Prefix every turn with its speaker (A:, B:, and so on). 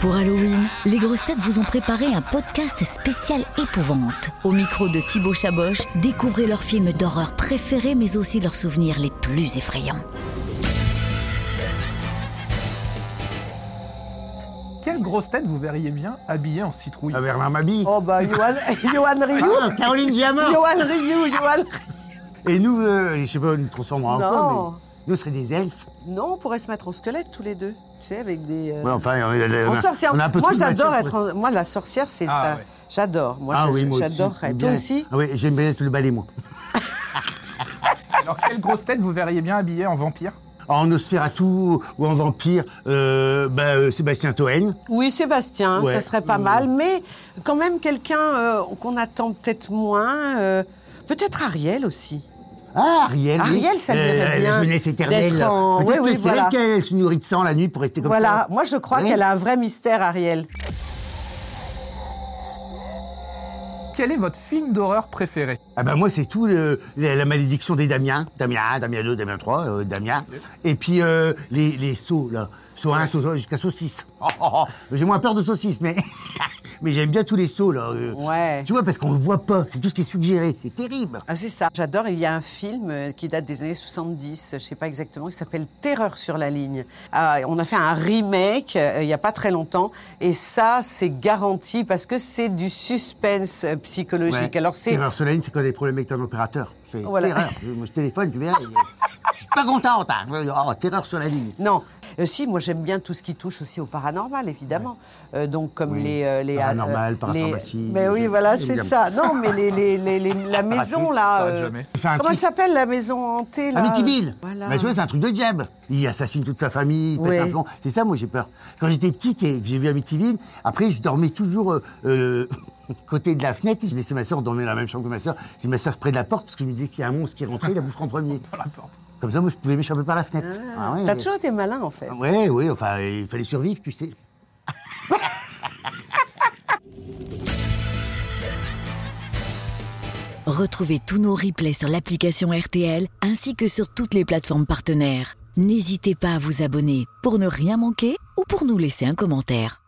A: Pour Halloween, les grosses têtes vous ont préparé un podcast spécial épouvante. Au micro de Thibaut Chaboch, découvrez leurs films d'horreur préférés mais aussi leurs souvenirs les plus effrayants.
B: Quelle grosse tête vous verriez bien habillée en citrouille
C: Ah, Bernard Mabille.
D: Oh bah, Johan, Johan Rioux
C: Ah, Caroline Diamant.
D: Johan Rioux, Johan
C: Et nous, euh, je sais pas, on nous transformera en
D: Non.
C: quoi, mais nous, on serait des elfes.
D: Non, on pourrait se mettre en squelette tous les deux, tu sais, avec des... euh,
C: Ouais, enfin, on est, on
D: en
C: a-
D: sorcière.
C: on a un peu
D: moi,
C: trop de matière
D: j'adore
C: pour
D: être... en- Moi, la sorcière, c'est
B: Ah,
D: ça.
B: ouais.
D: J'adore. Moi,
C: Ah
D: je-
C: oui, moi aussi.
D: j'adorerais.
C: J'aime
D: Toi
C: bien-
D: aussi
C: Ah oui, j'aime bien être le balai, moi.
B: Alors, quelle grosse tête vous verriez bien habillée en vampire
C: En Osferatu ou en vampire, euh, bah, euh, Sébastien Toen.
D: Oui, Sébastien,
C: Ouais. Mm.
D: ça serait pas
C: Ouais.
D: mal. Mais quand même quelqu'un euh, qu'on attend peut-être moins. euh, peut-être Ariel aussi.
C: Ah, Ariel. oui. Euh,
D: Ariel, ça me dirait bien
C: La jeunesse éternelle.
D: d'être en-
C: Peut-être
D: oui,
C: que
D: oui,
C: c'est
D: voilà.
C: elle qui elle se nourrit de sang la nuit pour rester comme
D: voilà,
C: ça.
D: moi, je crois
C: Ouais.
D: qu'elle a un vrai mystère, Ariel.
B: Quel est votre film d'horreur préféré
C: Ah bah moi, c'est tout, le- la, la malédiction des Damiens. Damien 1, Damien 2, Damien 3, euh, Damien. Et puis euh, les, les sauts, là. Saut 1, saut 2, jusqu'à saut 6. Oh, oh, oh. J'ai moins peur de saut 6, mais, mais j'aime bien tous les sauts, là. euh.
D: Ouais.
C: Tu vois, parce qu'on le voit pas. C'est tout ce qui est suggéré. C'est terrible.
D: Ah, c'est ça. J'adore. Il y a un film euh, qui date des années 70, je sais pas exactement, qui s'appelle Terreur sur la ligne. Ah, on a fait un remake euh, il y a pas très longtemps, et ça, c'est garanti parce que c'est du suspense euh, psychologique.
C: Ouais.
D: Alors c'est
C: Terreur Solène, c'est quand des problèmes avec ton opérateur. C'est
D: Voilà.
C: terreur. Je- Moi, je téléphone, tu viens. je- Je suis pas contente. hein. Oh, terreur sur la ligne.
D: non, Euh, si moi j'aime bien tout ce qui touche aussi au paranormal évidemment, Euh, donc comme
C: Oui.
D: les euh, les
C: Paranormal,
D: les-
C: parapharmacie,
D: Mais oui
C: les-
D: voilà c'est
C: évidemment.
D: ça. Non mais les, les, les- les- la maison là.
B: arrête
D: euh,
B: jamais.
C: Il fait un
D: Comment elle
C: truc.
D: s'appelle la maison hantée là
C: Amityville.
D: Voilà.
C: Bah, tu vois, c'est un truc de diable. Il assassine toute sa famille, il pète
D: Ouais.
C: un plomb. C'est ça, moi, j'ai peur. Quand j'étais petite et que j'ai vu Amityville, après, je dormais toujours euh, euh, côté de la fenêtre. Et je laissais ma soeur dormir dans la même chambre que ma soeur. C'est ma soeur près de la porte parce que je me disais qu'il y a un monstre qui est rentré, il Oh, la bouffe en premier. Comme ça, moi, je pouvais m'échapper par la fenêtre. Ah ouais,
D: T'as
C: ouais.
D: toujours été malin en fait.
C: Ouais, oui, enfin, il fallait survivre, tu sais.
A: Retrouvez tous nos replays sur l'application RTL ainsi que sur toutes les plateformes partenaires. N'hésitez pas à vous abonner pour ne rien manquer ou pour nous laisser un commentaire.